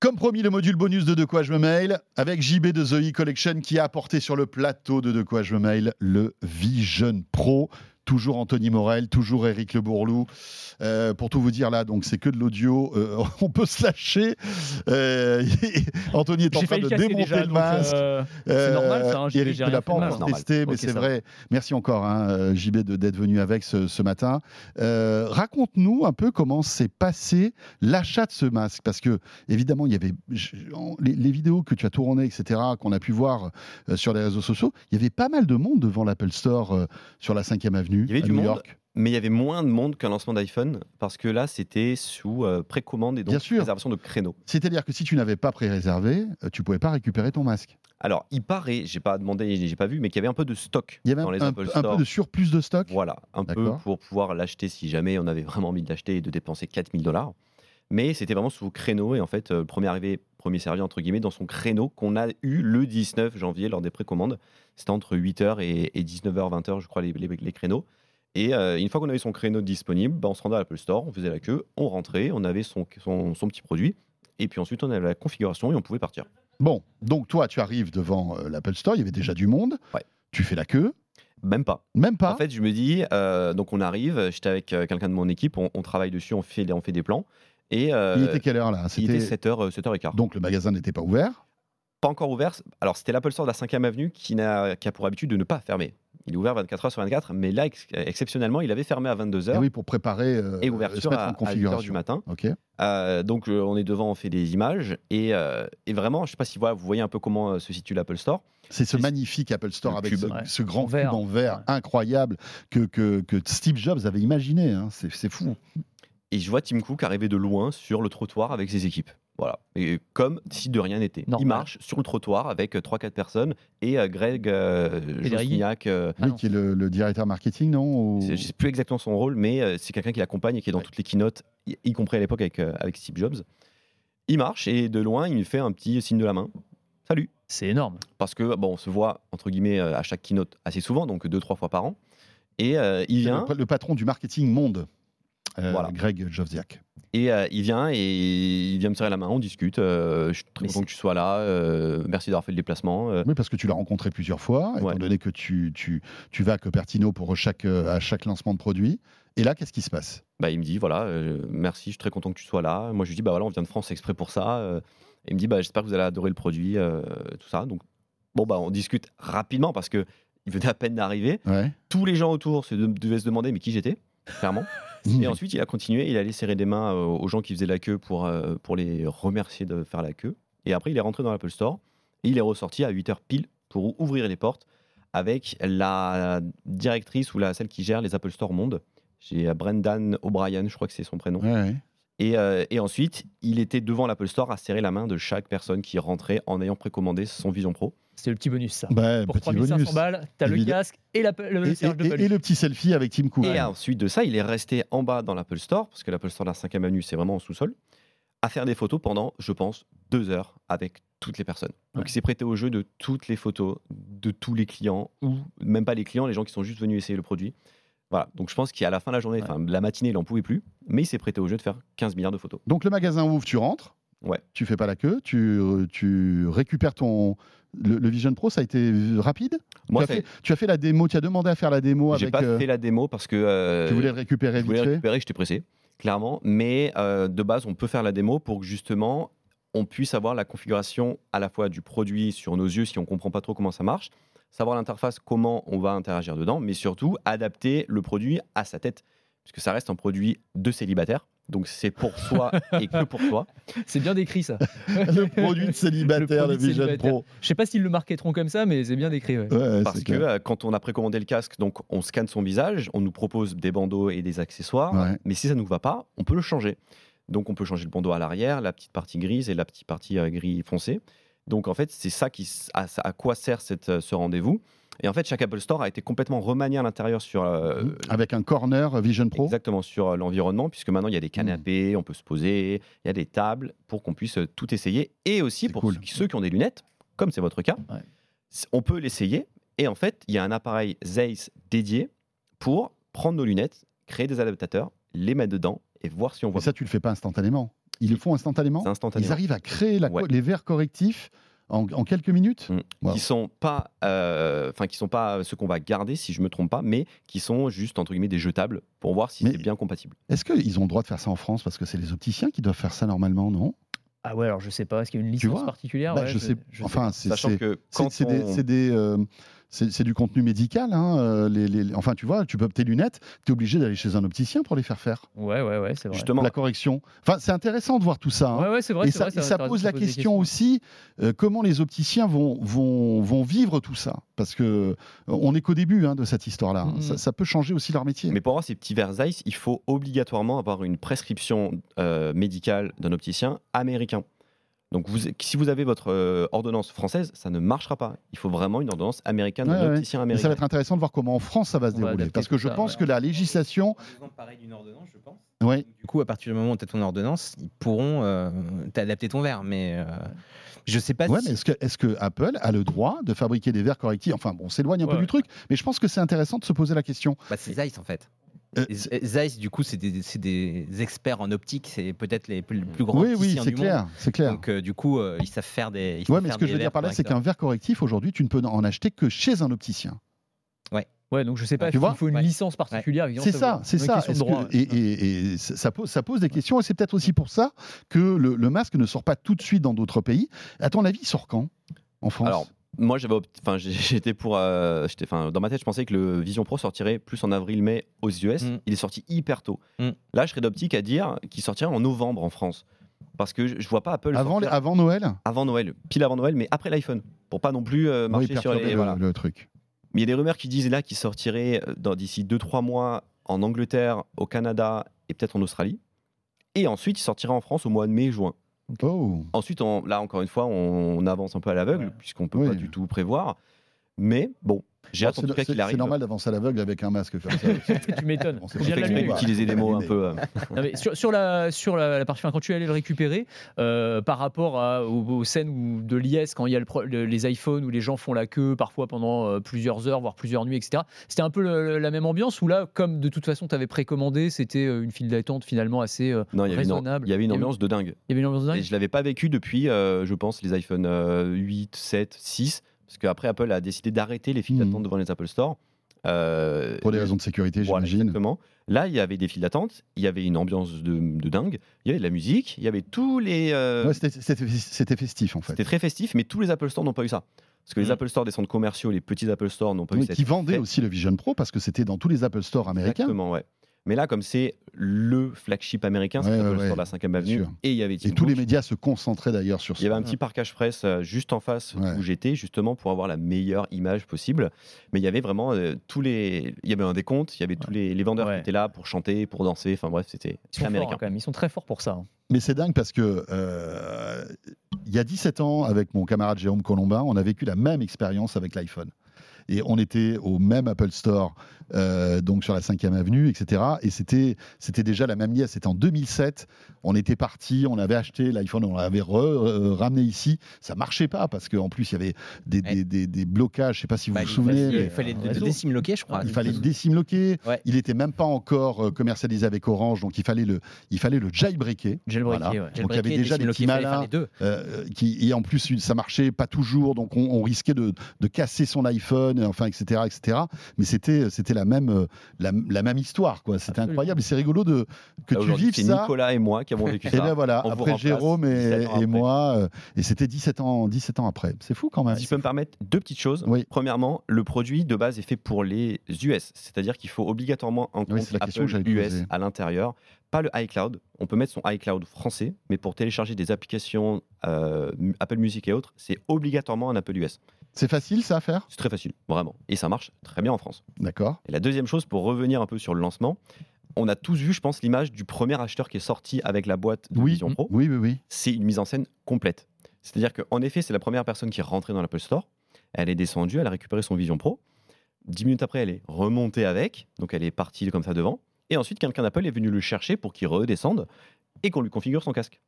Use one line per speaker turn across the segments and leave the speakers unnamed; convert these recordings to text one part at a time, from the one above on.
Comme promis, le module bonus de De quoi je me mail avec JB de The E Collection qui a apporté sur le plateau de De quoi je me mail le Vision Pro. Toujours Anthony Morel, toujours Éric Le Bourlou. Euh, pour tout vous dire là, donc c'est que de l'audio. euh, on peut se lâcher. Euh, Anthony est en
J'ai
train
failli
de
le casser
démonter
déjà,
le
donc,
masque.
euh, c'est normal ça, hein, j'ai-
Eric
j'ai
ne
rien
l'a
fait
pas
de mal.
encore testé, mais
Ok,
c'est
ça
vrai. Merci encore, hein, euh, JB, de- d'être venu avec ce, ce matin. Euh, Raconte-nous un peu comment s'est passé l'achat de ce masque, parce que évidemment, il y avait je- en- les, les vidéos que tu as tournées, etc., qu'on a pu voir euh, sur les réseaux sociaux. Il y avait pas mal de monde devant l'Apple Store euh, sur la 5e avenue
Il y avait
à
du
New
monde,
York.
Mais il y avait moins de monde qu'un lancement d'iPhone parce que là, c'était sous euh, précommande et donc
Bien sûr.
réservation de créneaux.
C'est-à-dire que si tu n'avais pas pré-réservé, euh, tu pouvais pas récupérer ton masque.
Alors, il paraît, j'ai pas demandé, j'ai pas vu, mais qu'il y avait un peu de stock
Il y avait
dans les
un, un-
Apple
un
Store.
peu de surplus de stock.
Voilà, un peu
D'accord.
pour pouvoir l'acheter si jamais on avait vraiment envie de l'acheter et de dépenser 4000 dollars. Mais c'était vraiment sous créneau et en fait, euh, premier arrivé, premier servi entre guillemets, dans son créneau qu'on a eu le 19 janvier lors des précommandes. C'était entre 8h et, 19h, 20h, je crois, les, les- les créneaux. Et euh, une fois qu'on avait son créneau disponible, bah, on se rendait à l'Apple Store, on faisait la queue, on rentrait, on avait son, son, son petit produit. Et puis ensuite, on avait la configuration et on pouvait partir.
Bon, donc toi, tu arrives devant euh, l'Apple Store, il y avait déjà du monde.
Ouais.
Tu fais la queue,
Même pas.
même pas.
En fait, je me dis, euh, donc on arrive, j'étais avec euh, quelqu'un de mon équipe, on, on travaille dessus, on fait, on fait des plans. Et euh,
il était quelle heure là
il était euh, 7h, 7h15.
Donc le magasin n'était pas ouvert.
pas encore ouvert. Alors, c'était l'Apple Store de la 5e avenue qui, n'a- qui a pour habitude de ne pas fermer. Il est ouvert 24 heures sur 24, mais là, ex- exceptionnellement, il avait fermé à
Et
22h
Eh oui, pour préparer euh,
et
se
ouverture
mettre
à,
en
8h du
configuration.
matin.
Ok.
Euh, donc, euh, on est devant, on fait des images. Et, euh, et vraiment, je ne sais pas si voilà, vous voyez un peu comment euh, se situe l'Apple Store.
C'est ce
Et-
magnifique Apple Store
Le
avec
cube.
ce,
Ouais.
ce grand
En verre.
cube en verre
Ouais.
incroyable que, que, que Steve Jobs avait imaginé. hein. C'est c'est fou.
Ah
Et je vois Tim Cook arriver de loin sur le trottoir avec ses équipes. Voilà. Et comme si de rien n'était. Il
Normal.
marche sur le trottoir avec 3-4 personnes et euh, Greg euh,
Federighi.
Josniak, euh,
Ah
Lui
non.
qui est le, le directeur marketing, non ou-
c'est- je sais plus exactement son rôle, mais euh, c'est quelqu'un qui l'accompagne et qui est dans
Ouais.
toutes les keynotes, y, y compris à l'époque avec, euh, avec Steve Jobs. Il marche et de loin, il me fait un petit signe de la main. Salut.
C'est énorme.
Parce que, bon, on se voit, entre guillemets, euh, à chaque keynote assez souvent, donc 2-3 fois par an. Et euh, il
C'est
vient.
le, le patron du marketing monde, euh,
Voilà.
Greg Jovziak.
Et euh, il vient et il vient me serrer la main, on discute. euh, je suis très
Mais
content
c'est-
que tu sois là. euh, merci d'avoir fait le déplacement. euh.
Oui, parce que tu l'as rencontré plusieurs fois, étant
Ouais.
donné que tu, tu, tu vas à Cupertino pour chaque, euh, à chaque lancement de produit. Et là, qu'est-ce qui se passe
Bah, il me dit voilà, euh, merci, je suis très content que tu sois là. Moi, je lui dis bah voilà, on vient de France exprès pour ça. euh. il me dit bah j'espère que vous allez adorer le produit, euh, tout ça. Donc bon bah on discute rapidement parce que il venait à peine d'arriver.
ouais.
Tous les gens autour se de- devaient se demander mais qui j'étais clairement. Et ensuite, il a continué, il allait serrer des mains euh, aux gens qui faisaient la queue pour, euh, pour les remercier de faire la queue. Et après, il est rentré dans l'Apple Store et il est ressorti à 8h pile pour ouvrir les portes avec la directrice ou la, celle qui gère les Apple Store Monde. J'ai euh, Brendan O'Brien, je crois que c'est son prénom.
Ouais, ouais.
Et, euh, et ensuite, il était devant l'Apple Store à serrer la main de chaque personne qui rentrait en ayant précommandé son Vision Pro.
C'est le petit bonus ça.
Bah,
Pour
petit
3500
bonus.
balles, t'as le
Évidemment.
casque et la, le
Et,
serge de
et- et- et
peluche.
le petit selfie avec Tim Cook.
Et ensuite de ça, il est resté en bas dans l'Apple Store, parce que l'Apple Store de la 5e avenue, c'est vraiment en sous-sol, à faire des photos pendant, je pense, deux heures avec toutes les personnes. Donc
Ouais.
il s'est prêté au jeu de toutes les photos, de tous les clients, ou même pas les clients, les gens qui sont juste venus essayer le produit. Voilà, donc je pense qu'à la fin de la journée,
Ouais.
enfin de la matinée, il n'en pouvait plus, mais il s'est prêté au jeu de faire 15 milliards de photos.
Donc le magasin ouvre, tu rentres.
Ouais.
Tu fais pas la queue, tu, euh, tu récupères ton. Le, le Vision Pro, ça a été rapide tu,
Moi,
as
ça-
fait, tu as fait la démo, tu as demandé à faire la démo
j'ai
avec.
pas
euh,
fait la démo parce que euh,
tu voulais le récupérer
je voulais
vite fait
récupérer, j'étais pressé, clairement. Mais euh, de base, on peut faire la démo pour que justement on puisse avoir la configuration à la fois du produit sur nos yeux si on comprend pas trop comment ça marche, savoir l'interface, comment on va interagir dedans, mais surtout adapter le produit à sa tête, puisque ça reste un produit de célibataire. Donc c'est pour soi et que pour soi.
C'est bien décrit ça.
Le produit de célibataire, le,
produit de
Vision
célibataire.
Pro.
Je sais pas s'ils le marketeront comme ça, mais c'est bien décrit. ouais.
Ouais,
Parce
c'est
que
clair.
euh, quand on a précommandé le casque, donc on scanne son visage, on nous propose des bandeaux et des accessoires,
Ouais.
mais si ça ne nous va pas, on peut le changer. Donc on peut changer le bandeau à l'arrière, la petite partie grise et la petite partie euh, gris foncé. Donc en fait, c'est ça qui s- à, à quoi sert cette, euh, ce rendez-vous. Et en fait, chaque Apple Store a été complètement remanié à l'intérieur sur euh,
Avec un corner Vision Pro. Mmh.
exactement sur euh, l'environnement, puisque maintenant il y a des canapés, on peut se poser, il y a des tables pour qu'on puisse euh, tout essayer. Et aussi
C'est
pour
cool.
ceux qui- ceux qui ont des lunettes, comme c'est votre cas,
Ouais.
c- on peut l'essayer. Et en fait, il y a un appareil Zeiss dédié pour prendre nos lunettes, créer des adaptateurs, les mettre dedans et voir si on
Et
voit.
ça, tu le fais pas instantanément. Ils le font instantanément.
C'est instantané.
Ils arrivent à créer la co-
Ouais.
les verres correctifs en, en quelques minutes.
Mm.
Wow.
qui sont pas, euh, enfin qui sont pas ceux qu'on va garder si je me trompe pas, mais qui sont juste entre guillemets des jetables pour voir si
Mais-
c'est bien compatible.
Est-ce qu'ils ont le droit de faire ça en France Parce que c'est les opticiens qui doivent faire ça normalement, non
Ah ouais, alors je sais pas, est-ce qu'il y a une
Tu
licence
vois
particulière
Bah,
Ouais,
Je sais. Enfin, c'est
Sachant
c'est-
que
c'est-
quand
c'est des-
on-
c'est des, euh, c'est- c'est du contenu médical. hein, euh, les- les- les- enfin, tu vois, tu peux tes lunettes, tu es obligé d'aller chez un opticien pour les faire faire.
Ouais, ouais, ouais, c'est vrai.
justement,
La correction. Enfin, c'est intéressant de voir tout ça. hein.
Ouais, ouais, c'est vrai.
et
c'est
ça,
vrai,
et ça
t'as-
pose
ça
la
des
question
questions.
aussi euh, comment les opticiens vont, vont, vont vivre tout ça Parce que euh, on n'est qu'au début hein, de cette histoire-là. hein.
Mhm.
Ça, ça peut changer aussi leur métier.
mais pour avoir ces petits verres Zeiss, il faut obligatoirement avoir une prescription euh, médicale d'un opticien américain. Donc vous, si vous avez votre euh, ordonnance française, ça ne marchera pas. Il faut vraiment une ordonnance américaine
Ouais,
d'un
ouais.
opticien
Mais ça
américain.
va être intéressant de voir comment en France ça va se
On va
dérouler.
adapter
Parce que
tout
je
ça,
pense
ouais.
que la législation.
Par exemple, pareil d'une ordonnance, je pense.
Ouais.
Du coup, à partir du moment où tu as ton ordonnance, ils pourront euh, t'adapter ton verre. Mais euh, je
Bah,
sais pas
Ouais,
si.
mais est-ce que, est-ce que Apple a le droit de fabriquer des verres correctifs Enfin, bon, on s'éloigne un peu
Ouais.
du truc, mais je pense que c'est intéressant de se poser la question.
Bah, c'est Zeiss en fait.
Euh,
Et Z- Zeiss, du coup, c'est des, c'est des experts en optique. C'est peut-être les plus, les plus grands
oui, oui,
opticiens
c'est
du
clair,
monde.
c'est clair.
Donc, euh, du coup, euh, ils savent faire des. ils
ouais,
savent
mais ce
faire
que
des
je veux dire
verres
par là, c'est qu'un
correcteurs.
verre correctif aujourd'hui, tu ne peux en acheter que chez un opticien.
Ouais, donc je sais pas,
Tu
il
vois
faut une
Ouais.
licence particulière. évidemment,
C'est ça,
vaut-
c'est
une
ça.
question de
Est-ce que-
droit, ouais.
et, et- et ça ça pose, ça pose des questions, et c'est peut-être aussi pour ça que le, le masque ne sort pas tout de suite dans d'autres pays. À ton avis, il sort quand en France
Alors, moi, j'avais, opt- enfin, j'ai- j'étais pour, euh, j'étais- enfin, dans ma tête, je pensais que le Vision Pro sortirait plus en avril-mai aux US.
Mm.
Il est sorti hyper tôt.
Mm.
Là, je serais d'optique à dire qu'il sortirait en novembre en France, parce que je, je vois pas Apple
avant, les-
sortir
avant Noël
avant Noël, pile avant Noël, mais après l'iPhone, pour pas non plus euh,
Oui,
marcher sur
perturber
les.
le,
voilà.
le truc.
Mais il y a des rumeurs qui disent là qu'il sortirait euh, dans- d'ici 2-3 mois en Angleterre, au Canada et peut-être en Australie. Et ensuite, il sortira en France au mois de mai-juin.
Oh,
Ensuite, on- là, encore une fois, on, on avance un peu à l'aveugle,
Ouais.
puisqu'on peut
Oui.
pas du tout prévoir. Mais bon, j'ai
Alors,
hâte en tout
c'est-
cas
c'est
qu'il arrive.
c'est normal d'avancer à l'aveugle avec un masque comme ça.
tu m'étonnes.
Bon, c'est
Faut
pas
bien
Je fais exprès
l'allumer, quoi.
d'utiliser des mots un peu. euh,
Non, mais sur, sur la, sur la, la partie, enfin, quand tu allais le récupérer, euh, par rapport à- aux, aux scènes où- de l'IS, quand il y a le pro- le- les iPhones où les gens font la queue parfois pendant euh, plusieurs heures, voire plusieurs nuits, etc., c'était un peu le- le- la même ambiance où là, comme de toute façon tu avais précommandé, c'était euh, une file d'attente finalement assez. euh,
Non, il y avait une-
Raisonnable.
il y avait une
Il y avait-
ambiance de dingue.
Il y avait une ambiance
Et
dingue
je l'avais pas vécu depuis, euh, je pense, les iPhone euh, 8, 7, 6, parce qu'après Apple a décidé d'arrêter les files
Mhm.
d'attente devant les Apple Store. Euh,
Pour des raisons de sécurité,
voilà,
j'imagine.
exactement. Là, il y avait des files d'attente, il y avait une ambiance de, de dingue, il y avait de la musique, il y avait tous les. euh,
Ouais, C'était c'était- c'était festif en fait. Mm.
C'était très festif, mais tous les Apple Store n'ont pas eu ça. Parce que les
Mhm.
Apple Store des centres commerciaux, les petits Apple Store n'ont pas eu
Oui,
cette.
qui vendait
fête.
aussi le Vision Pro parce que c'était dans tous les Apple Store américains.
Exactement, ouais. Mais là, comme c'est le flagship américain, c'est
Ouais,
l'Apple
ouais,
Store
ouais,
de la 5ème
bien
avenue,
sûr.
et il y avait Tim
Et tous les
Cook.
médias se concentraient d'ailleurs sur
Il y
ça.
avait un petit parcage presse euh, juste en face
Ouais.
où j'étais, justement pour avoir la meilleure image possible. Mais il y avait vraiment euh, tous les. Il y avait un décompte, il y avait tous les, les vendeurs
Ouais.
qui étaient là pour chanter, pour danser. Enfin bref, c'était
Ils sont
très américain.
forts quand même, ils sont très forts pour ça. hein.
Mais c'est dingue parce que euh, il y a 17 ans, avec mon camarade Jérôme Colombin, on a vécu la même expérience avec l'iPhone. Et on était au même Apple Store, euh, donc sur la 5e avenue, etc. Et c'était c'était déjà la même liesse. C'était en 2007. On était parti, on avait acheté l'iPhone, on l'avait re- euh, ramené ici. Ça marchait pas parce qu'en plus, il y avait des, des- des- des blocages. Je sais pas si vous
Bah,
vous
il
souvenez.
fallait-
mais-
il fallait
un
le
réseau.
décimloquer, je crois.
il fallait le décimloquer.
Ouais.
Il n'était même pas encore euh, commercialisé avec Orange, donc il fallait le, il fallait le jailbreaker.
Jailbreaké,
Voilà.
ouais.
Donc, il y avait
Jailbreaker,
déjà des petits
décimloquer, fallait faire
malins.
les deux.
euh, qui, et en plus une- ça marchait pas toujours, donc on, on risquait de, de casser son iPhone, enfin etc etc. Mais c'était c'était la même euh, la, la même histoire quoi. C'était
Absolument.
incroyable. Et C'est rigolo de que
Là,
tu
aujourd'hui,
vives
c'est
ça.
Nicolas et moi qui avons vécu
Et
ça.
là voilà,
On vous
après
remplace
Jérôme
17
et,
ans après.
et moi, euh, et c'était 17 ans 17 ans après. C'est fou quand même.
Si je peux me permettre deux petites choses.
Oui.
Premièrement, le produit de base est fait pour les US, c'est-à-dire qu'il faut obligatoirement un compte
Oui, c'est la question
Apple
que j'allais te
US
poser.
à l'intérieur, pas le iCloud. On peut mettre son iCloud français, mais pour télécharger des applications euh, mu- Apple Music et autres, c'est obligatoirement un Apple US.
C'est facile ça à faire,
C'est très facile, vraiment, et ça marche très bien en France.
d'accord
Et la deuxième chose, pour revenir un peu sur le lancement, on a tous vu, je pense, l'image du premier acheteur qui est sorti avec la boîte de
Oui.
Vision Pro
Oui oui oui.
c'est une mise en scène complète. C'est-à-dire qu'en effet, c'est la première personne qui est rentrée dans l'Apple Store. Elle est descendue, elle a récupéré son Vision Pro. Dix minutes après, elle est remontée avec. Donc, elle est partie comme ça devant. Et ensuite, quelqu'un d'Apple est venu le chercher pour qu'il redescende et qu'on lui configure son casque.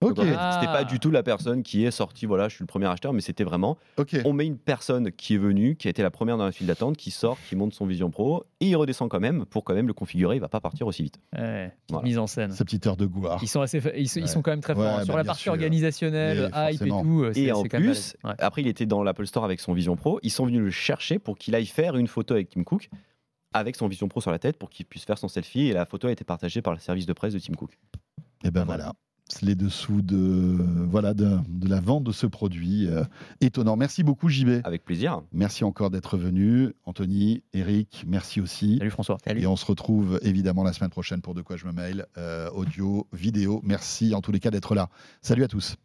Ok,
Donc, en fait,
Ah.
C'était pas du tout la personne qui est sortie, voilà, je suis le premier acheteur, mais c'était vraiment,
ok.
on met une personne qui est venue, qui a été la première dans la file d'attente, qui sort, qui monte son Vision Pro, et il redescend quand même pour quand même le configurer, il va pas partir aussi vite.
Ouais, petite
Voilà.
mise en scène.
Sa petite heure de goût.
Ils sont, assez, fa- ils, sont- ils
Ouais.
sont quand même très
Ouais,
forts. hein. Sur
bah,
la
bien
partie
sûr.
organisationnelle,
Mais
hype et
forcément.
tout, euh, c'est
Et en
c'est quand même balèze.
plus,
Ouais.
Après, il était dans l'Apple Store avec son Vision Pro. Ils sont venus le chercher pour qu'il aille faire une photo avec Tim Cook, avec son Vision Pro sur la tête, pour qu'il puisse faire son selfie. Et la photo a été partagée par le service de presse de Tim Cook.
Et ben voilà. C'est Les dessous de, voilà, de, de la vente de ce produit. euh, étonnant. Merci beaucoup, JB.
Avec plaisir.
Merci encore d'être venu. Anthony, Eric, merci aussi.
Salut François.
Et on se retrouve évidemment la semaine prochaine pour De quoi je me mail, euh, audio, vidéo. Merci en tous les cas d'être là. Salut à tous.